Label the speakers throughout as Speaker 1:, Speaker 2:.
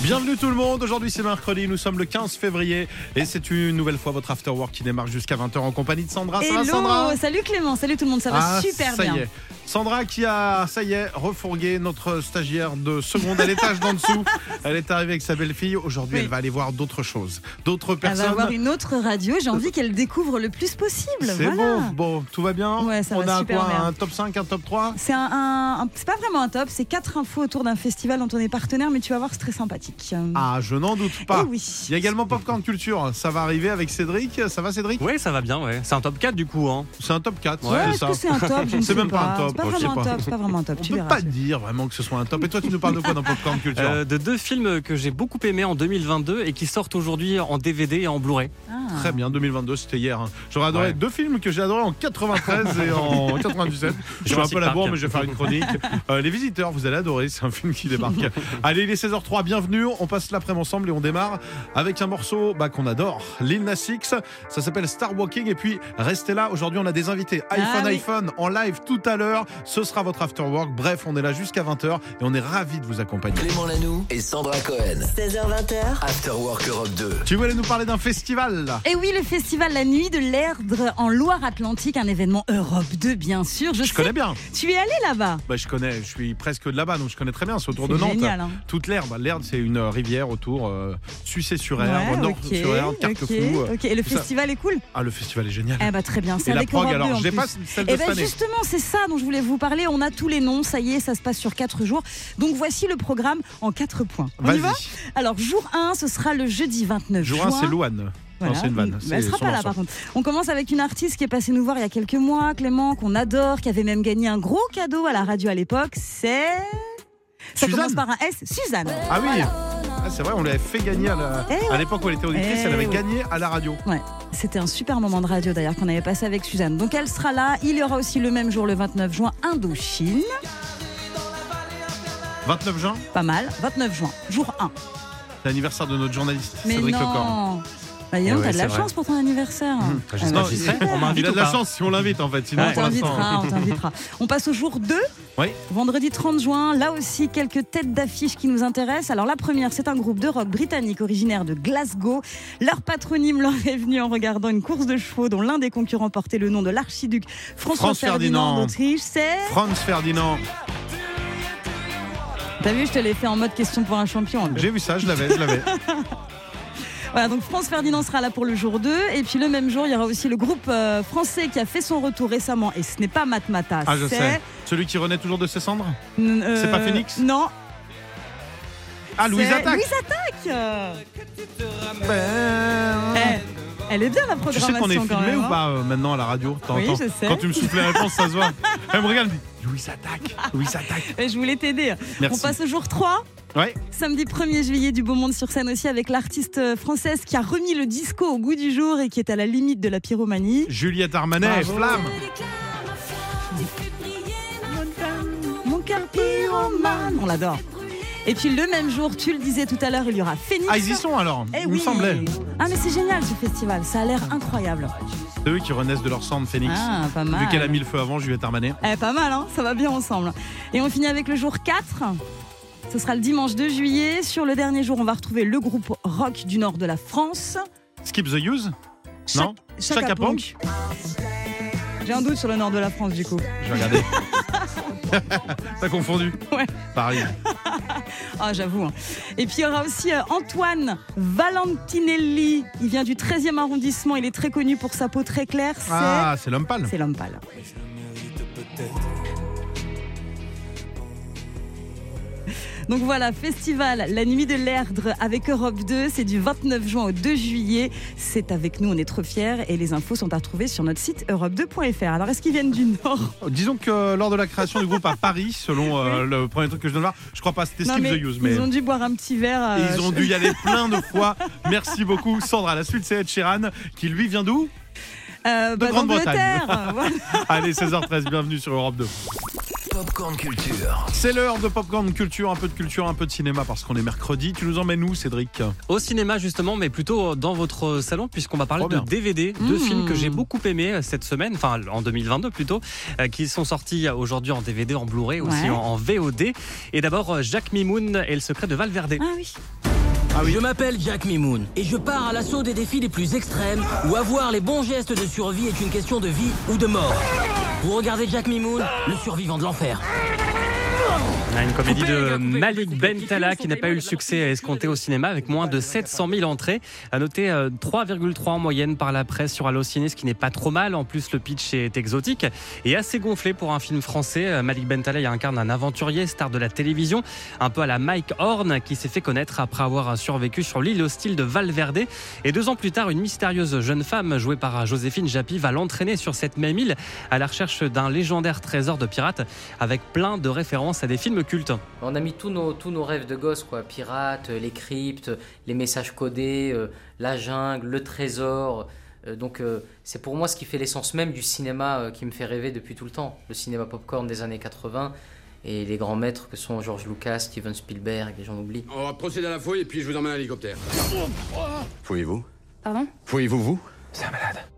Speaker 1: Bienvenue tout le monde, aujourd'hui c'est mercredi, nous sommes le 15 février et c'est une nouvelle fois votre After Work qui démarre jusqu'à 20h en compagnie de Sandra. Ça va,
Speaker 2: Hello,
Speaker 1: Hein, Sandra
Speaker 2: salut Clément, salut tout le monde, ça va
Speaker 1: Ah,
Speaker 2: super
Speaker 1: ça
Speaker 2: bien.
Speaker 1: y est. Sandra qui a, ça y est, refourgué notre stagiaire de seconde à l'étage d'en dessous. Elle est arrivée avec sa belle-fille. Aujourd'hui,
Speaker 2: Oui.
Speaker 1: elle va aller voir d'autres choses, d'autres
Speaker 2: Elle va
Speaker 1: personnes.
Speaker 2: avoir une autre radio, j'ai envie qu'elle découvre le plus possible.
Speaker 1: C'est
Speaker 2: voilà.
Speaker 1: bon, bon, tout va bien.
Speaker 2: Ouais, ça
Speaker 1: On
Speaker 2: va
Speaker 1: a
Speaker 2: super
Speaker 1: quoi
Speaker 2: bien.
Speaker 1: Un top 5, un top 3
Speaker 2: C'est un, un- un- c'est pas vraiment un top, c'est quatre infos autour d'un festival dont on est partenaire, mais tu vas voir, c'est très sympathique.
Speaker 1: Ah, je n'en doute pas.
Speaker 2: Eh oui.
Speaker 1: Il y a également Popcorn Culture. Ça va arriver avec Cédric. Ça va, Cédric
Speaker 3: Ouais, ça va bien, ouais. C'est un top 4 du coup, hein.
Speaker 1: C'est un top 4.
Speaker 2: Ouais,
Speaker 1: c'est
Speaker 2: est-ce
Speaker 1: ça.
Speaker 2: que c'est un top Je ne
Speaker 1: C'est
Speaker 2: sais
Speaker 1: même pas un top, Oh, je
Speaker 2: C'est pas
Speaker 1: sais
Speaker 2: vraiment un
Speaker 1: pas.
Speaker 2: top, c'est pas vraiment un top.
Speaker 1: On
Speaker 2: tu
Speaker 1: peut
Speaker 2: verras.
Speaker 1: pas dire vraiment que ce soit un top. Et toi, tu nous parles de quoi dans Popcorn Culture
Speaker 3: Euh, de deux films que j'ai beaucoup aimés en 2022 et qui sortent aujourd'hui en DVD et en Blu-ray.
Speaker 2: Ah.
Speaker 1: Très bien, 2022, c'était hier. hein. J'aurais adoré
Speaker 3: Ouais.
Speaker 1: deux films que j'ai adoré en 93 et en 97. Je suis un
Speaker 3: Jurassic
Speaker 1: peu la
Speaker 3: Park.
Speaker 1: bourre, mais je vais faire une chronique. Euh, les visiteurs, vous allez adorer, c'est un film qui débarque. allez, il est 16h03, bienvenue. On passe l'après-midi ensemble et on démarre avec un morceau bah, qu'on adore, Lil Nas X. Ça s'appelle Star Walking. Et puis, restez là. Aujourd'hui, on a des invités.
Speaker 3: Ah
Speaker 1: iPhone,
Speaker 2: oui.
Speaker 1: iPhone, en live tout à l'heure. Ce sera votre after work. Bref, on est là jusqu'à 20h et on est ravis de vous accompagner.
Speaker 4: Clément Lanoux et Sandra Cohen.
Speaker 5: 16h, 20h
Speaker 4: After Work Europe 2.
Speaker 1: Tu voulais nous parler d'un festival là
Speaker 2: Et Eh oui, le festival La Nuit de l'Erdre en Loire-Atlantique, un événement Europe 2 bien sûr. Je,
Speaker 1: Je
Speaker 2: sais-
Speaker 1: connais bien.
Speaker 2: Tu es allé là-bas
Speaker 1: Bah, je connais, je suis presque de là-bas, donc je connais très bien. C'est autour de
Speaker 2: C'est
Speaker 1: Nantes.
Speaker 2: génial, hein.
Speaker 1: Toute l'herbe. L'herbe, c'est une euh, rivière autour, euh, sur
Speaker 2: Ouais,
Speaker 1: herbe hein, nord
Speaker 2: ok,
Speaker 1: sur herbe
Speaker 2: ok,
Speaker 1: Carquefou. euh.
Speaker 2: ok. Et le
Speaker 1: tout ça.
Speaker 2: festival est cool
Speaker 1: Ah, le festival est génial.
Speaker 2: Eh bah très bien, c'est
Speaker 1: Et la
Speaker 2: avec
Speaker 1: prog,
Speaker 2: Europe 2
Speaker 1: alors,
Speaker 2: en
Speaker 1: je l'ai
Speaker 2: plus. Eh ben,
Speaker 1: pas celle de
Speaker 2: Et
Speaker 1: cette année.
Speaker 2: justement, c'est ça dont je voulais vous parler. On a tous les noms, ça y est, ça se passe sur 4 jours. Donc voici le programme en 4 points. On y
Speaker 1: Vas-y.
Speaker 2: va Alors jour 1, ce sera le jeudi 29
Speaker 1: Jour
Speaker 2: juin.
Speaker 1: 1, c'est Louane.
Speaker 2: Voilà.
Speaker 1: Non, c'est une vanne.
Speaker 2: Mais
Speaker 1: c'est
Speaker 2: elle sera
Speaker 1: son
Speaker 2: pas là
Speaker 1: morceau.
Speaker 2: par contre. On commence avec une artiste qui est passée nous voir il y a quelques mois, Clément, qu'on adore, qui avait même gagné un gros cadeau à la radio à l'époque. C'est. Ça
Speaker 1: Suzanne
Speaker 2: commence par un S, Suzanne.
Speaker 1: Ah oui Ah, C'est vrai, on l'avait fait gagner à la-
Speaker 2: Eh ouais.
Speaker 1: à l'époque où elle était auditrice,
Speaker 2: Eh
Speaker 1: elle avait
Speaker 2: ouais.
Speaker 1: gagné à la radio.
Speaker 2: Ouais, c'était un super moment de radio d'ailleurs qu'on avait passé avec Suzanne. Donc elle sera là. Il y aura aussi le même jour, le 29 juin, Indochine.
Speaker 1: 29 juin,
Speaker 2: Pas mal. 29 juin, jour 1.
Speaker 1: c'est l'anniversaire de notre journaliste,
Speaker 2: Mais
Speaker 1: Cédric Lecorne.
Speaker 2: non Bah, dis donc,
Speaker 3: Ouais,
Speaker 2: t'as de la
Speaker 3: c'est
Speaker 2: chance pour ton anniversaire.
Speaker 3: Je
Speaker 2: Ah
Speaker 3: sais
Speaker 2: bah,
Speaker 3: pas si
Speaker 1: super.
Speaker 3: c'est- on m'invite
Speaker 1: Il a
Speaker 3: ou
Speaker 1: de la
Speaker 3: pas
Speaker 1: chance si on l'invite en fait, sinon
Speaker 3: Ouais.
Speaker 2: on
Speaker 1: pour l'instant.
Speaker 2: t'invitera, on t'invitera. On passe au jour 2,
Speaker 1: Ouais.
Speaker 2: vendredi 30 juin. Là aussi, quelques têtes d'affiches qui nous intéressent. Alors, la première, c'est un groupe de rock britannique originaire de Glasgow. Leur patronyme leur est venu en regardant une course de chevaux dont l'un des concurrents portait le nom de l'archiduc François
Speaker 1: Franz Ferdinand.
Speaker 2: Ferdinand d'Autriche. C'est.
Speaker 1: Franz Ferdinand,
Speaker 2: T'as vu, je te l'ai fait en mode question pour un champion.
Speaker 1: j'ai vu ça, je l'avais, je l'avais.
Speaker 2: Voilà, donc France Ferdinand sera là pour le jour 2. Et puis le même jour, il y aura aussi le groupe euh, français qui a fait son retour récemment. Et ce n'est pas Matmata,
Speaker 1: Ah, je sais. Celui qui renaît toujours de ses cendres
Speaker 2: N- euh,
Speaker 1: C'est pas Phoenix
Speaker 2: Non.
Speaker 1: Ah, Louise
Speaker 2: c'est
Speaker 1: Attaque
Speaker 2: Louise Attaque euh.
Speaker 1: Ben,
Speaker 2: Eh, Elle est bien la
Speaker 1: Tu
Speaker 2: programmation
Speaker 1: sais qu'on est
Speaker 2: quand
Speaker 1: filmé
Speaker 2: même,
Speaker 1: ou
Speaker 2: hein.
Speaker 1: pas euh, maintenant à la radio T'entends
Speaker 2: Oui, je sais.
Speaker 1: Quand tu me souffles les réponses, ça se voit. Elle me regarde, mais Louis attaque, Louis attaque.
Speaker 2: Eh, Je voulais t'aider.
Speaker 1: Merci.
Speaker 2: On passe au jour 3.
Speaker 1: Ouais,
Speaker 2: Samedi 1er juillet du Beau Monde sur scène aussi avec l'artiste française qui a remis le disco au goût du jour et qui est à la limite de la pyromanie.
Speaker 1: Juliette Armanet, flamme.
Speaker 2: Mon cœur pyromane. On l'adore. Et puis le même jour, tu le disais tout à l'heure, il y aura Phoenix.
Speaker 1: Ah, ils y sont alors
Speaker 2: Eh
Speaker 1: Il
Speaker 2: oui.
Speaker 1: me semblait.
Speaker 2: Ah mais c'est génial ce festival, ça a l'air incroyable.
Speaker 1: C'est eux qui renaissent de leur cendre, Phoenix.
Speaker 2: Ah, pas mal.
Speaker 1: Vu qu'elle a mis le feu avant, Juliette Armanet.
Speaker 2: Eh, pas mal, hein ça va bien ensemble. Et on finit avec le jour 4. Ce sera le dimanche 2 juillet. Sur le dernier jour, on va retrouver le groupe rock du nord de la France.
Speaker 1: Skip the use Non
Speaker 2: Chaka
Speaker 1: Chaka
Speaker 2: Punk. J'ai un doute sur le nord de la France du coup.
Speaker 1: Je vais regarder. T'as confondu
Speaker 2: Ouais.
Speaker 1: Pareil.
Speaker 2: Ah j'avoue. hein. Et puis il y aura aussi euh, Antoine Valentinelli. Il vient du 13e arrondissement. Il est très connu pour sa peau très claire. C'est
Speaker 1: Ah, c'est l'homme pâle.
Speaker 2: c'est l'homme pâle. Donc voilà, festival La Nuit de l'Erdre avec Europe 2, c'est du 29 juin au 2 juillet. C'est avec nous, on est trop fiers et les infos sont à retrouver sur notre site europe2.fr. Alors est-ce qu'ils viennent du Nord
Speaker 1: Disons que euh, lors de la création du groupe à Paris, selon euh, le premier truc que je donne là, je crois pas, c'était Skip the Use. Mais
Speaker 2: ils ont dû boire un petit verre.
Speaker 1: Et
Speaker 2: euh,
Speaker 1: ils ont dû y aller plein de fois. Merci beaucoup, Sandra. La suite, c'est Ed Sheeran, qui lui vient d'où
Speaker 2: euh, bah,
Speaker 1: Grande-Bretagne.
Speaker 2: d'Angleterre, voilà.
Speaker 1: Allez, 16h13, bienvenue sur Europe 2.
Speaker 4: Popcorn Culture.
Speaker 1: C'est l'heure de popcorn culture, un peu de culture, un peu de cinéma parce qu'on est mercredi. Tu nous emmènes où, Cédric
Speaker 3: Au cinéma justement, mais plutôt dans votre salon, puisqu'on va parler
Speaker 1: Trop
Speaker 3: de
Speaker 1: bien.
Speaker 3: DVD, de
Speaker 2: Mmh.
Speaker 3: films que j'ai beaucoup aimés euh, cette semaine, enfin en 2022 plutôt, euh, qui sont sortis aujourd'hui en DVD, en Blu-ray, aussi
Speaker 2: Ouais.
Speaker 3: en, en VOD. Et d'abord, euh, Jacques Mimoun et le secret de Valverde.
Speaker 2: Ah oui.
Speaker 6: Je m'appelle Jack Mimoun et je pars à l'assaut des défis les plus extrêmes où avoir les bons gestes de survie est une question de vie ou de mort. Vous regardez Jack Mimoun, le survivant de l'enfer.
Speaker 3: On a une comédie
Speaker 6: Coupez, les
Speaker 3: de
Speaker 6: gars, coupez,
Speaker 3: Malik
Speaker 6: coupez, coupez,
Speaker 3: Bentala
Speaker 6: coupez,
Speaker 3: qui n'a pas eu le
Speaker 6: coupez,
Speaker 3: succès
Speaker 6: coupez,
Speaker 3: escompté
Speaker 6: coupez,
Speaker 3: au cinéma avec moins de 700 000 entrées. À noter euh, 3,3 en moyenne par la presse sur Allociné, ce qui n'est pas trop mal. En plus, le pitch est exotique et assez gonflé pour un film français. Euh, Malik Bentala y incarne un aventurier, star de la télévision, un peu à la Mike Horn, qui s'est fait connaître après avoir survécu sur l'île hostile de Valverde. Et deux ans plus tard, une mystérieuse jeune femme, jouée par euh, Joséphine Japy, va l'entraîner sur cette même île à la recherche d'un légendaire trésor de pirate avec plein de références à des films cultes.
Speaker 7: On a mis tous nos, tous nos rêves de gosse, quoi. Pirates, euh, les cryptes, les messages codés, euh, la jungle, le trésor. Euh, donc, euh, c'est pour moi ce qui fait l'essence même du cinéma euh, qui me fait rêver depuis tout le temps. Le cinéma popcorn des années 80 et les grands maîtres que sont George Lucas, Steven Spielberg, et j'en oublie.
Speaker 8: On va procéder à la fouille et puis je vous emmène à l'hélicoptère.
Speaker 4: Fouillez-vous
Speaker 9: Pardon
Speaker 4: Fouillez-vous, vous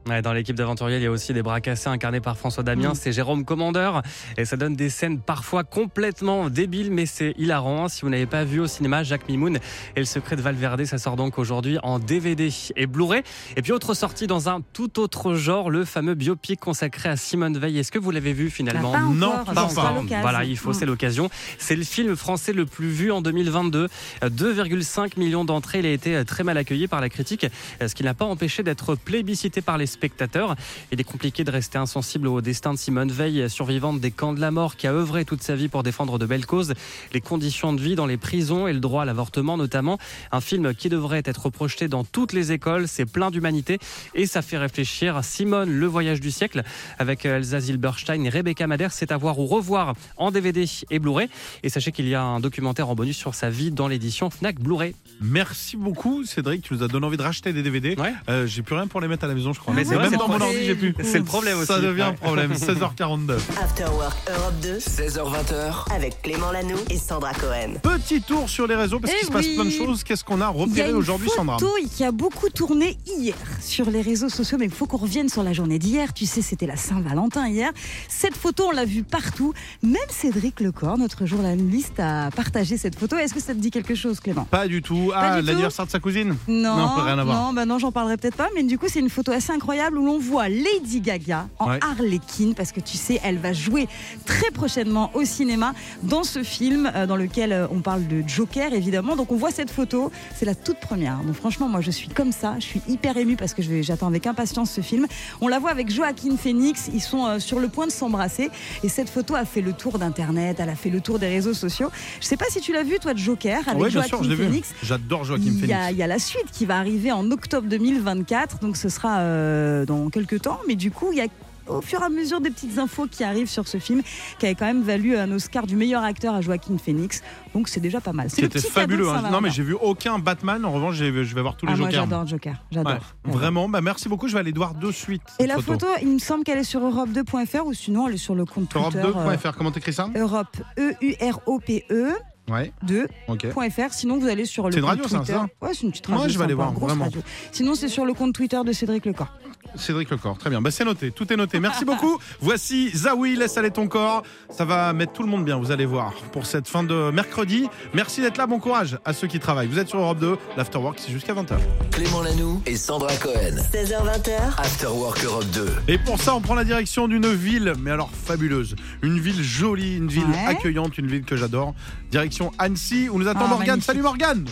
Speaker 3: Ouais, dans l'équipe d'aventuriers, il y a aussi des bras cassés incarnés par François Damien, c'est Jérôme Commandeur. Et ça donne des scènes parfois complètement débiles, mais c'est hilarant. Si vous n'avez pas vu au cinéma Jacques Mimoun et Le Secret de Valverde, ça sort donc aujourd'hui en DVD et Blu-ray. Et puis autre sortie dans un tout autre genre, le fameux biopic consacré à Simone Veil. Est-ce que vous l'avez vu finalement
Speaker 2: Bah, pas
Speaker 1: non,
Speaker 2: encore, Hum.
Speaker 1: pas
Speaker 2: ce sera
Speaker 1: encore.
Speaker 2: l'occasion.
Speaker 3: Voilà, il faut, c'est l'occasion. C'est le film français le plus vu en 2022. Euh, 2,5 millions d'entrées. Il a été euh, très mal accueilli par la critique, euh, ce qui n'a pas empêché d'être plébiscité par les spectateurs. Il est compliqué de rester insensible au destin de Simone Veil, euh, survivante des camps de la mort, qui a œuvré toute sa vie pour défendre de belles causes, les conditions de vie dans les prisons et le droit à l'avortement notamment. Un film qui devrait être projeté dans toutes les écoles. C'est plein d'humanité et ça fait réfléchir. Simone, le voyage du siècle, avec Elsa Zilberstein et Rebecca Madère, c'est à voir ou revoir en DVD et Blu-ray. Et sachez qu'il y a un documentaire en bonus sur sa vie dans l'édition Fnac Blu-ray.
Speaker 1: Merci beaucoup, Cédric. Tu nous as donné envie de racheter des DVD.
Speaker 3: Ouais.
Speaker 1: Euh, j'ai plus rien pour les mettre à la maison, je crois.
Speaker 3: Mais
Speaker 2: c'est vrai,
Speaker 1: même
Speaker 2: c'est
Speaker 1: dans mon
Speaker 2: trop-
Speaker 1: ordi, j'ai plus.
Speaker 3: C'est le problème aussi.
Speaker 1: Ça devient un
Speaker 3: Ouais.
Speaker 1: problème. 16h42.
Speaker 5: After Work Europe 2
Speaker 4: 16h20h.
Speaker 5: avec Clément Lano et Sandra Cohen.
Speaker 1: Petit tour sur les réseaux parce
Speaker 2: Eh
Speaker 1: qu'il se passe
Speaker 2: oui.
Speaker 1: plein de choses. Qu'est-ce qu'on a
Speaker 2: Il y a
Speaker 1: repéré
Speaker 2: une
Speaker 1: aujourd'hui, Sandra
Speaker 2: photo qui a beaucoup tourné hier sur les réseaux sociaux, mais il faut qu'on revienne sur la journée d'hier. Tu sais, c'était la Saint-Valentin hier. Cette photo, on l'a vue partout. Même Cédric Lecor, notre journaliste, a partagé cette photo. Est-ce que ça te dit quelque chose, Clément
Speaker 1: Pas du tout.
Speaker 2: Pas
Speaker 1: Ah,
Speaker 2: du tout.
Speaker 1: l'anniversaire de sa cousine
Speaker 2: non,
Speaker 1: Non, rien à voir.
Speaker 2: non, bah non, j'en parlerai peut-être pas, mais du coup, c'est une photo assez incroyable où l'on voit Lady Gaga en
Speaker 1: Ouais.
Speaker 2: Harlequin, parce que tu sais, elle va jouer très prochainement au cinéma dans ce film euh, dans lequel euh, on parle de Joker, évidemment. Donc, on voit cette photo, c'est la toute première. Donc, franchement, moi, je suis comme ça, je suis hyper émue parce que je vais- j'attends avec impatience ce film. On la voit avec Joaquin Phoenix, ils sont euh, sur le point de s'embrasser, et cette photo a fait le tour d'Internet, elle a fait le tour des réseaux sociaux. Je sais pas si tu l'as vu, toi, de Joker, avec
Speaker 1: Oui, bien
Speaker 2: Joaquin
Speaker 1: sûr, je l'ai vu.
Speaker 2: Phoenix.
Speaker 1: J'adore Joaquin
Speaker 2: Il y, a,
Speaker 1: Phoenix.
Speaker 2: il y a la suite qui va arriver en octobre 2024, donc ce sera euh, dans quelques temps. Mais du coup, il y a au fur et à mesure des petites infos qui arrivent sur ce film, qui avait quand même valu un Oscar du meilleur acteur à Joaquin Phoenix. Donc c'est déjà pas mal. C'est le
Speaker 1: C'était
Speaker 2: petit cadeau de
Speaker 1: fabuleux. hein.
Speaker 2: Saint-Valentin.
Speaker 1: Non, mais j'ai vu aucun Batman. En revanche, j'ai- je vais voir tous les
Speaker 2: Ah, moi
Speaker 1: Jokers. hein.
Speaker 2: j'adore Joker, j'adore.
Speaker 1: Ouais, Vraiment, bah merci beaucoup. Je vais aller devoir de suite.
Speaker 2: Et
Speaker 1: cette
Speaker 2: la photo, il me semble qu'elle est sur europe2.fr ou sinon elle est sur le compte
Speaker 1: Sur
Speaker 2: Twitter. euh,
Speaker 1: Europe2.fr, comment t'écris ça
Speaker 2: Europe, E E-U-R-O-P-E,
Speaker 1: Ouais,
Speaker 2: 2.
Speaker 1: ok.
Speaker 2: E, .fr, sinon vous allez sur le
Speaker 1: C'est une
Speaker 2: compte
Speaker 1: radio, ça,
Speaker 2: Twitter.
Speaker 1: ça
Speaker 2: ouais, c'est une petite
Speaker 1: Ouais,
Speaker 2: radio.
Speaker 1: je vais aller
Speaker 2: sympa,
Speaker 1: voir,
Speaker 2: grosse
Speaker 1: vraiment.
Speaker 2: radio. Sinon, c'est sur le compte Twitter de Cédric Lecor.
Speaker 1: Cédric Lecor, très bien. Bah, c'est noté, tout est noté. Merci beaucoup. Voici Zawi, laisse aller ton corps. Ça va mettre tout le monde bien, vous allez voir, pour cette fin de mercredi. Merci d'être là, bon courage à ceux qui travaillent. Vous êtes sur Europe 2, l'Afterwork, c'est jusqu'à 20h.
Speaker 4: Clément Lanoux et Sandra Cohen.
Speaker 5: 16h20h,
Speaker 4: After Work Europe 2.
Speaker 1: Et pour ça, on prend la direction d'une ville, mais alors fabuleuse. Une ville jolie, une ville
Speaker 2: Ouais.
Speaker 1: accueillante, une ville que j'adore. Direction Annecy, où nous attend
Speaker 2: Ah,
Speaker 1: Morgane.
Speaker 2: magnifique.
Speaker 1: Salut Morgane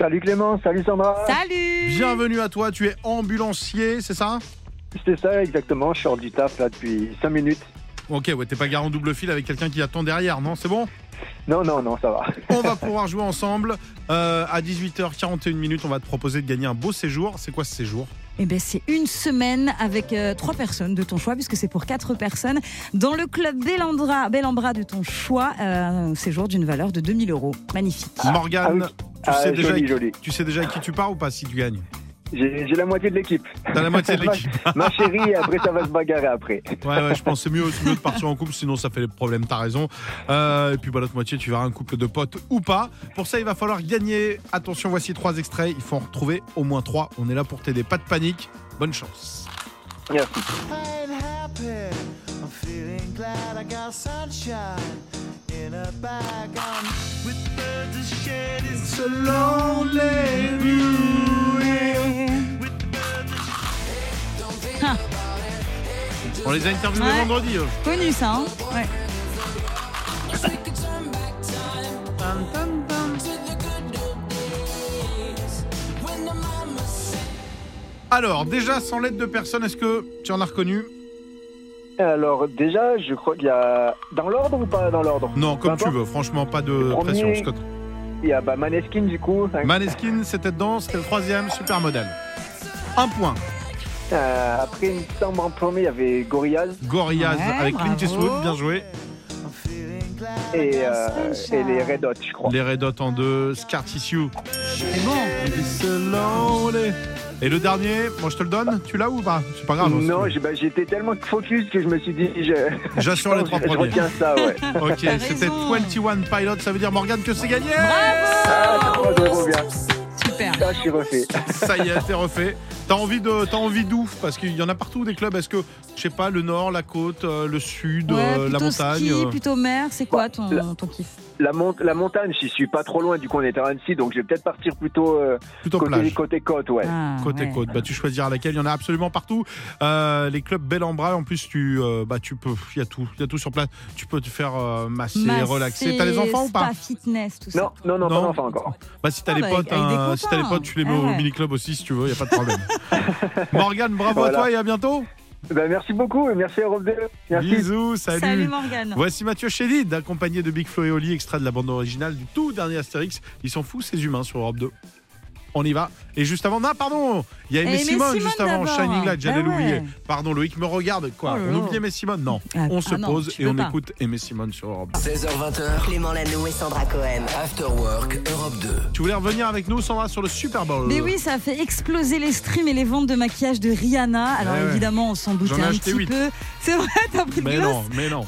Speaker 10: Salut Clément, salut Sandra.
Speaker 2: Salut
Speaker 1: Bienvenue à toi, tu es ambulancier, c'est ça hein
Speaker 10: C'est ça exactement, je sors du taf là depuis 5 minutes.
Speaker 1: Ok, ouais, t'es pas garant double fil avec quelqu'un qui attend derrière, non C'est bon
Speaker 10: Non, non, non, ça va.
Speaker 1: On va pouvoir jouer ensemble. Euh, à 18h41 minutes, on va te proposer de gagner un beau séjour. C'est quoi ce séjour
Speaker 2: Eh ben, c'est une semaine avec euh, trois personnes de ton choix, puisque c'est pour quatre personnes, dans le club Bellambra, Bellambra de ton choix, euh, un séjour d'une valeur de 2000 euros. Magnifique.
Speaker 1: Morgane,
Speaker 10: ah
Speaker 1: tu, sais
Speaker 10: Ah,
Speaker 1: déjà
Speaker 10: joli,
Speaker 1: avec-
Speaker 10: joli.
Speaker 1: tu sais déjà à qui tu pars ou pas si tu gagnes
Speaker 10: J'ai j'ai la moitié de l'équipe.
Speaker 1: T'as la moitié de l'équipe.
Speaker 10: Ma chérie, après, ça va se bagarrer après.
Speaker 1: Ouais, ouais, je pense que c'est mieux, c'est mieux de partir en couple, sinon ça fait des problèmes, t'as raison. Euh, et puis bah, l'autre moitié, tu verras un couple de potes ou pas. Pour ça, il va falloir gagner. Attention, voici trois extraits, il faut en retrouver au moins trois. On est là pour t'aider, pas de panique. Bonne chance.
Speaker 10: Merci.
Speaker 1: On les a interviewés
Speaker 2: Ouais.
Speaker 1: vendredi. eux.
Speaker 2: Connu ça, hein Ouais.
Speaker 1: Alors, déjà, sans l'aide de personne, est-ce que tu en as reconnu
Speaker 10: Alors, déjà, je crois qu'il y a. Dans l'ordre ou pas dans l'ordre
Speaker 1: Non, comme
Speaker 10: Peu
Speaker 1: tu
Speaker 10: importe.
Speaker 1: veux, franchement, pas de
Speaker 10: Premier.
Speaker 1: pression, Scott.
Speaker 10: Il y a bah, Maneskin, du coup.
Speaker 1: Maneskin, c'était dedans, c'était le troisième, supermodèle. Un point.
Speaker 10: Euh, après, il me semble en premier, il y avait Gorillaz
Speaker 1: Gorillaz
Speaker 2: Ouais,
Speaker 1: avec Clint
Speaker 2: bravo.
Speaker 1: Eastwood, bien joué.
Speaker 10: et, euh, et les Red Hot, je crois.
Speaker 1: Les Red Hot en deux, Scar Tissue.
Speaker 2: C'est bon.
Speaker 1: Et le dernier, moi je te le donne, tu l'as ou pas C'est pas grave. hein, si tu
Speaker 10: Non,
Speaker 1: veux.
Speaker 10: j'ai- bah, j'étais tellement focus que je me suis dit, je,
Speaker 1: j'assure les
Speaker 10: je,
Speaker 1: trois
Speaker 10: je
Speaker 1: premiers.
Speaker 10: retiens ça, ouais.
Speaker 1: Ok,
Speaker 2: T'as
Speaker 1: c'était
Speaker 2: raison.
Speaker 1: 21 Pilot, ça veut dire Morgane que c'est gagné
Speaker 10: Ah, c'est trois euros, bien.
Speaker 2: Super.
Speaker 10: Ah, je suis refait.
Speaker 1: Ça y est, t'es refait. T'as envie de, t'as envie d'ouf parce qu'il y en a partout des clubs. Est-ce que je sais pas le nord, la côte, euh, le sud,
Speaker 2: Ouais,
Speaker 1: euh, la
Speaker 2: plutôt
Speaker 1: montagne
Speaker 2: ski,
Speaker 1: euh,
Speaker 2: plutôt mer, c'est quoi ton,
Speaker 10: la-
Speaker 2: ton kiff
Speaker 10: La, mont- la montagne, j'y suis pas trop loin, du coup on est à Annecy, donc je vais peut-être partir plutôt euh,
Speaker 1: plutôt
Speaker 10: côté,
Speaker 1: plage.
Speaker 10: côté côte, ouais.
Speaker 2: Ah,
Speaker 1: Côte et
Speaker 2: ouais.
Speaker 1: côte, bah, tu choisiras laquelle, il y en a absolument partout. Euh, les clubs bel en bras, en plus, tu, euh, bah, tu peux, il y, a tout- il y a tout sur place. Tu peux te faire euh, masser,
Speaker 2: Masser,
Speaker 1: relaxer. T'as les enfants ou pas
Speaker 2: spa, fitness, tout
Speaker 10: Non, non, non,
Speaker 1: Non.
Speaker 10: pas d'enfant encore.
Speaker 1: Bah si t'as
Speaker 2: Ah
Speaker 1: les
Speaker 2: bah,
Speaker 1: potes,
Speaker 2: avec des
Speaker 1: hein, si t'as les
Speaker 2: copains.
Speaker 1: potes, tu les mets
Speaker 2: Ah
Speaker 1: au
Speaker 2: ouais.
Speaker 1: mini club aussi si tu veux, y a pas de problème. Morgane, bravo
Speaker 10: Voilà.
Speaker 1: à toi et à bientôt.
Speaker 10: Bah, merci beaucoup et merci à Europe 2. Merci.
Speaker 1: Bisous,
Speaker 2: ça.
Speaker 1: salut.
Speaker 2: Salut Morgane.
Speaker 1: Voici Mathieu Chédid, accompagné de Big Flo et Oli, extrait de la bande originale du tout dernier Astérix. Ils s'en foutent ces humains sur Europe 2. On y va. Et juste avant, non, pardon, il y a Aimé
Speaker 2: Aimé
Speaker 1: Simone,
Speaker 2: Simone
Speaker 1: juste avant,
Speaker 2: d'abord.
Speaker 1: Shining Light, j'allais
Speaker 2: Bah ouais.
Speaker 1: l'oublier. Pardon, Loïc me regarde, quoi.
Speaker 2: Oh là
Speaker 1: on
Speaker 2: là.
Speaker 1: oublie Aimé Simone Non,
Speaker 2: Ah,
Speaker 1: on se
Speaker 2: ah non,
Speaker 1: pose
Speaker 2: tu
Speaker 1: et
Speaker 2: peux
Speaker 1: on
Speaker 2: pas.
Speaker 1: écoute Aimé Simone sur Europe 2.
Speaker 4: 16h20h,
Speaker 5: Clément Lanou et Sandra Cohen.
Speaker 4: After Work Europe 2.
Speaker 1: Tu voulais revenir avec nous, Sandra, sur le Super Bowl
Speaker 2: Mais oui, ça a fait exploser les streams et les ventes de maquillage de Rihanna. Alors
Speaker 1: Ouais, ouais.
Speaker 2: évidemment, on s'en
Speaker 1: J'en ai
Speaker 2: doutait un
Speaker 1: acheté
Speaker 2: petit
Speaker 1: huit.
Speaker 2: peu. C'est vrai, t'as pris de
Speaker 1: Mais
Speaker 2: gloss
Speaker 1: non, mais non.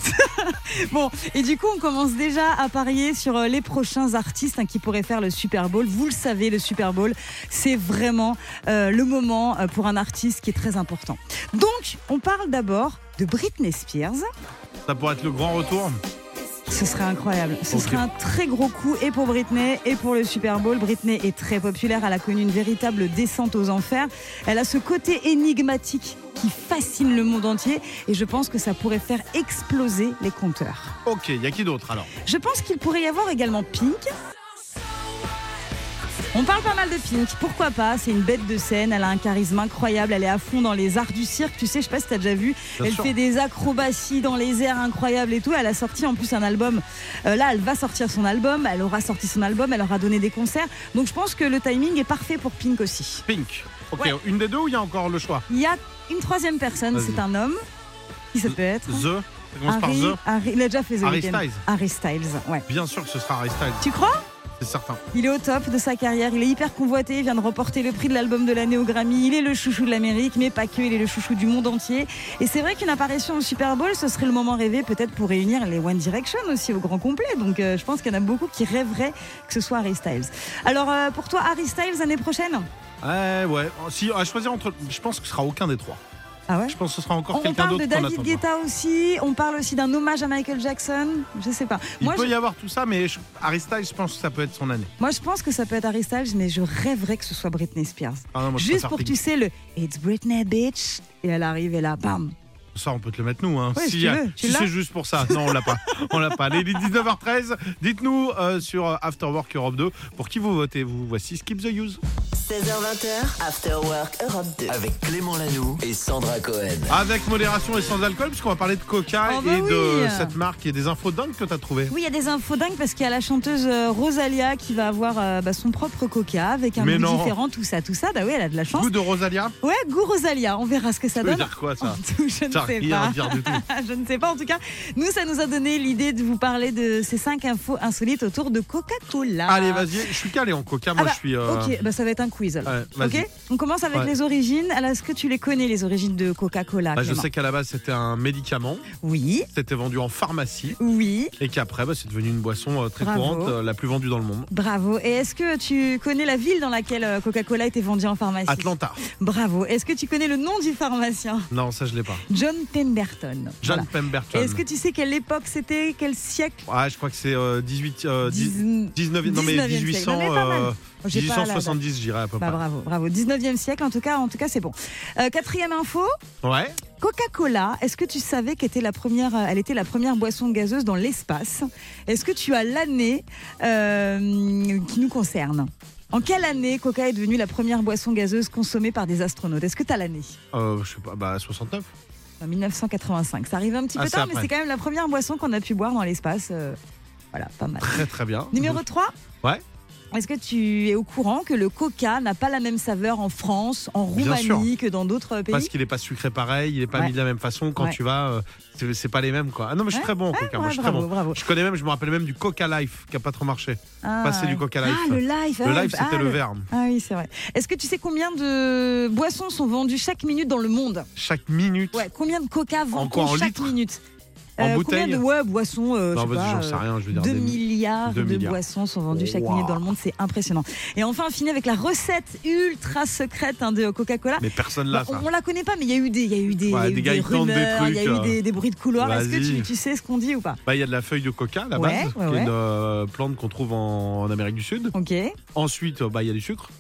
Speaker 2: Bon, et du coup, on commence déjà à parier sur euh, les prochains artistes hein, qui pourraient faire le Super Bowl. Vous le savez, le Super Bowl, c'est vraiment euh, le moment euh, pour un artiste qui est très important. Donc, on parle d'abord de Britney Spears.
Speaker 1: Ça pourrait être le grand retour.
Speaker 2: Ce serait incroyable. Ce
Speaker 1: Ok.
Speaker 2: serait un très gros coup et pour Britney et pour le Super Bowl. Britney est très populaire. Elle a connu une véritable descente aux enfers. Elle a ce côté énigmatique qui fascine le monde entier et je pense que ça pourrait faire exploser les compteurs.
Speaker 1: Ok, il y a qui d'autre alors
Speaker 2: Je pense qu'il pourrait y avoir également Pink. On parle pas mal de Pink, pourquoi pas C'est une bête de scène, elle a un charisme incroyable, elle est à fond dans les arts du cirque, tu sais, je sais pas si t'as déjà vu,
Speaker 1: Bien
Speaker 2: elle
Speaker 1: sûr.
Speaker 2: fait des acrobaties dans les airs incroyables et tout, elle a sorti en plus un album, Euh, là elle va sortir son album, elle aura sorti son album, elle aura donné des concerts, donc je pense que le timing est parfait pour Pink aussi.
Speaker 1: Pink. Ok,
Speaker 2: Ouais.
Speaker 1: une des deux ou il y a encore le choix
Speaker 2: Il y a une troisième personne,
Speaker 1: Vas-y.
Speaker 2: c'est un homme, qui ça peut être
Speaker 1: The. Ça commence par
Speaker 2: Harry,
Speaker 1: The.
Speaker 2: Harry- il a déjà fait The
Speaker 1: Harry
Speaker 2: Weeknd.
Speaker 1: Styles.
Speaker 2: Harry Styles, ouais.
Speaker 1: Bien sûr que ce sera Harry Styles,
Speaker 2: Tu crois
Speaker 1: c'est certain.
Speaker 2: Il est au top de sa carrière, il est hyper convoité, il vient de remporter le prix de l'album de l'année au Grammy, il est le chouchou de l'Amérique, mais pas que, il est le chouchou du monde entier. Et c'est vrai qu'une apparition au Super Bowl, ce serait le moment rêvé peut-être pour réunir les One Direction aussi au grand complet. Donc euh, je pense qu'il y en a beaucoup qui rêveraient que ce soit Harry Styles. Alors euh, pour toi, Harry Styles l'année prochaine
Speaker 1: Ouais, Eh ouais. Oh, Si à choisir entre, je pense que ce sera aucun des trois.
Speaker 2: Ah ouais
Speaker 1: Je pense que ce sera encore
Speaker 2: on
Speaker 1: quelqu'un
Speaker 2: parle
Speaker 1: d'autre.
Speaker 2: de
Speaker 1: qu'on
Speaker 2: David
Speaker 1: attendra.
Speaker 2: Guetta aussi, on parle aussi d'un hommage à Michael Jackson, je sais pas.
Speaker 1: Il
Speaker 2: Moi
Speaker 1: peut
Speaker 2: je,
Speaker 1: y avoir tout ça, mais je- Harry Styles, je pense que ça peut être son année.
Speaker 2: moi je pense que ça peut être Harry Styles, mais je rêverais que ce soit Britney Spears.
Speaker 1: Ah non, moi, je
Speaker 2: Juste
Speaker 1: préfère
Speaker 2: pour que
Speaker 1: Pink.
Speaker 2: tu sais le It's Britney bitch et elle arrive et là bam.
Speaker 1: Ça, on peut te le mettre nous. Hein.
Speaker 2: Ouais, si
Speaker 1: si
Speaker 2: tu veux, tu
Speaker 1: si
Speaker 2: l'as
Speaker 1: c'est juste pour ça. Non, on l'a pas. On l'a pas. Les 19h13, dites-nous euh, sur euh, After Work Europe 2 pour qui vous votez. Vous voici Skip the Use.
Speaker 5: 16h20h, After Work Europe 2.
Speaker 4: Avec Clément Lanoux et Sandra Cohen.
Speaker 1: Avec modération et sans alcool, puisqu'on va parler de Coca
Speaker 2: Oh, bah
Speaker 1: et de
Speaker 2: oui.
Speaker 1: cette marque et des infos dingues que t'as trouvées.
Speaker 2: Oui, il y a des infos dingues parce qu'il y a la chanteuse euh, Rosalia qui va avoir euh, bah, son propre coca avec un
Speaker 1: Mais
Speaker 2: goût
Speaker 1: non.
Speaker 2: différent, tout ça, tout ça. Bah oui, elle a de la chance.
Speaker 1: Goût de Rosalia.
Speaker 2: Ouais, goût Rosalia, on verra ce que ça
Speaker 1: Ça veut
Speaker 2: donne.
Speaker 1: dire quoi ça
Speaker 2: Je ne
Speaker 1: Ça
Speaker 2: sais
Speaker 1: rien à
Speaker 2: pas.
Speaker 1: dire du tout.
Speaker 2: Je ne sais pas. En tout cas, nous, ça nous a donné l'idée de vous parler de ces cinq infos insolites autour de Coca-Cola.
Speaker 1: Allez, vas-y, je suis calé en coca, moi
Speaker 2: Ah bah,
Speaker 1: je suis. euh,
Speaker 2: Ok, bah, ça va être un quiz. alors.
Speaker 1: Ouais, vas-y.
Speaker 2: ok On commence avec
Speaker 1: Ouais.
Speaker 2: les origines. Alors, est-ce que tu les connais, les origines de Coca-Cola
Speaker 1: Bah, je
Speaker 2: Clément
Speaker 1: sais qu'à la base c'était un médicament,
Speaker 2: Oui,
Speaker 1: c'était vendu en pharmacie
Speaker 2: oui.
Speaker 1: et qu'après bah, c'est devenu une boisson euh, très
Speaker 2: Bravo.
Speaker 1: courante, euh, la plus vendue dans le monde.
Speaker 2: Bravo. Et est-ce que tu connais la ville dans laquelle euh, Coca-Cola était vendue en pharmacie
Speaker 1: Atlanta.
Speaker 2: Bravo. Est-ce que tu connais le nom du pharmacien
Speaker 1: Non, ça je l'ai pas.
Speaker 2: John Pemberton.
Speaker 1: John
Speaker 2: Voilà.
Speaker 1: Pemberton.
Speaker 2: Est-ce que tu sais quelle époque c'était Quel siècle
Speaker 1: Ah, je crois que c'est euh, 18 euh, dix-
Speaker 2: 19...
Speaker 1: 19 non mais
Speaker 2: 19e
Speaker 1: 1800
Speaker 2: siècle. Non, mais pas mal. Oh,
Speaker 1: euh,
Speaker 2: J'ai pas la date.
Speaker 1: 1870 je dirais à peu
Speaker 2: Bah,
Speaker 1: près.
Speaker 2: bravo, bravo. 19e siècle, en tout cas, en tout cas, c'est bon. Euh, quatrième info,
Speaker 1: Ouais.
Speaker 2: Coca-Cola. Est-ce que tu savais qu'elle était la première, euh, elle était la première boisson gazeuse dans l'espace Est-ce que tu as l'année euh, qui nous concerne En quelle année Coca est devenue la première boisson gazeuse consommée par des astronautes Est-ce que tu as l'année
Speaker 1: Euh, je sais pas bah 69.
Speaker 2: En 1985. Ça arrive un petit
Speaker 1: Ah,
Speaker 2: peu
Speaker 1: c'est
Speaker 2: tard, mais
Speaker 1: après.
Speaker 2: c'est quand même la première boisson qu'on a pu boire dans l'espace. euh, voilà, pas mal.
Speaker 1: Très très bien.
Speaker 2: Numéro 3
Speaker 1: Ouais.
Speaker 2: Est-ce que tu es au courant que le coca n'a pas la même saveur en France, en
Speaker 1: Bien sûr.
Speaker 2: Roumanie que dans d'autres
Speaker 1: parce
Speaker 2: pays
Speaker 1: qu'il est pas sucré pareil, il est pas
Speaker 2: Ouais.
Speaker 1: mis de la même façon quand
Speaker 2: Ouais.
Speaker 1: tu vas euh, c'est- c'est pas les mêmes quoi. Ah non mais je suis
Speaker 2: Ouais.
Speaker 1: très bon en
Speaker 2: Ouais,
Speaker 1: coca, moi,
Speaker 2: ouais,
Speaker 1: je suis très
Speaker 2: bravo,
Speaker 1: bon.
Speaker 2: bravo.
Speaker 1: Je connais même, je me rappelle même du Coca Life qui a pas trop marché.
Speaker 2: Ah,
Speaker 1: Passer du
Speaker 2: ouais.
Speaker 1: Coca Life.
Speaker 2: Ah, le live,
Speaker 1: Le live c'était le verre.
Speaker 2: Ah oui, c'est vrai. Est-ce que tu sais combien de boissons sont vendues chaque minute dans le monde
Speaker 1: Chaque minute.
Speaker 2: Ouais, combien de coca
Speaker 1: quoi, en
Speaker 2: vend-on chaque
Speaker 1: litres
Speaker 2: minute Euh,
Speaker 1: En
Speaker 2: Combien
Speaker 1: bouteille
Speaker 2: de ouais, boissons euh,
Speaker 1: non
Speaker 2: je sais
Speaker 1: vas-y,
Speaker 2: pas,
Speaker 1: j'en sais
Speaker 2: euh,
Speaker 1: rien, je veux dire
Speaker 2: 2
Speaker 1: des-
Speaker 2: milliards
Speaker 1: deux
Speaker 2: de
Speaker 1: milliards.
Speaker 2: boissons sont vendues chaque
Speaker 1: Wow.
Speaker 2: minute dans le monde, c'est impressionnant. Et enfin, on finit avec la recette ultra secrète hein, de Coca-Cola.
Speaker 1: Mais personne là
Speaker 2: Bon,
Speaker 1: ça.
Speaker 2: on, on la connaît pas, mais il y a eu des, il y a eu des,
Speaker 1: Ouais,
Speaker 2: il y a eu
Speaker 1: des
Speaker 2: des
Speaker 1: gars, ils tentent des
Speaker 2: rumeurs, il y a
Speaker 1: trucs, euh.
Speaker 2: eu des, des bruits de couloir. Est-ce que
Speaker 1: Vas-y.
Speaker 2: tu, tu sais ce qu'on dit ou pas
Speaker 1: Bah il y a de la feuille de coca à la
Speaker 2: Ouais,
Speaker 1: base,
Speaker 2: ouais,
Speaker 1: qui est
Speaker 2: ouais.
Speaker 1: une euh, plante qu'on trouve en, en Amérique du Sud.
Speaker 2: Ok.
Speaker 1: Ensuite euh, bah il y a du sucre.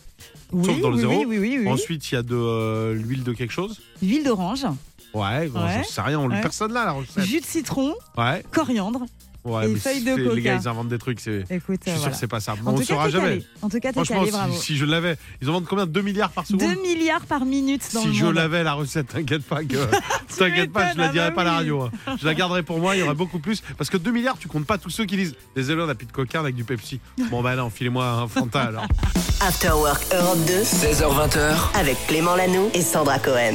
Speaker 2: Oui,
Speaker 1: Sauf dans le
Speaker 2: oui,
Speaker 1: zéro.
Speaker 2: oui, oui, oui, oui.
Speaker 1: Ensuite il y a de euh, l'huile de quelque chose.
Speaker 2: Huile d'orange,
Speaker 1: Ouais, bon,
Speaker 2: Ouais.
Speaker 1: j'en sais rien, on le
Speaker 2: Ouais.
Speaker 1: personne là la recette.
Speaker 2: jus de citron,
Speaker 1: Ouais,
Speaker 2: coriandre.
Speaker 1: ouais,
Speaker 2: Et
Speaker 1: mais
Speaker 2: feuille de
Speaker 1: c'est-
Speaker 2: coca.
Speaker 1: les gars ils inventent des trucs, c'est.
Speaker 2: Écoute,
Speaker 1: Je suis
Speaker 2: euh,
Speaker 1: sûr
Speaker 2: voilà.
Speaker 1: que c'est pas ça.
Speaker 2: En
Speaker 1: on ne
Speaker 2: tout cas,
Speaker 1: saura
Speaker 2: t'es
Speaker 1: jamais.
Speaker 2: calé. En tout cas, t'es
Speaker 1: Franchement,
Speaker 2: calé,
Speaker 1: si,
Speaker 2: bravo.
Speaker 1: si je l'avais, ils en vendent combien 2 milliards par seconde
Speaker 2: 2 milliards par minute dans
Speaker 1: Si
Speaker 2: le
Speaker 1: je
Speaker 2: monde.
Speaker 1: l'avais la recette, t'inquiète pas que. t'inquiète pas, je
Speaker 2: m'étonnes,
Speaker 1: la
Speaker 2: ah
Speaker 1: dirai
Speaker 2: bah
Speaker 1: pas à la
Speaker 2: oui.
Speaker 1: radio. hein. Je la garderai pour moi, il y aurait beaucoup plus. Parce que 2 milliards, tu comptes pas tous ceux qui disent Désolé, on n'a plus de coca, on a que du Pepsi. Bon, bah là, enfilez-moi un Fanta alors.
Speaker 5: After Work Europe 2
Speaker 4: 16h20,
Speaker 5: avec Clément Lanoux et Sandra Cohen.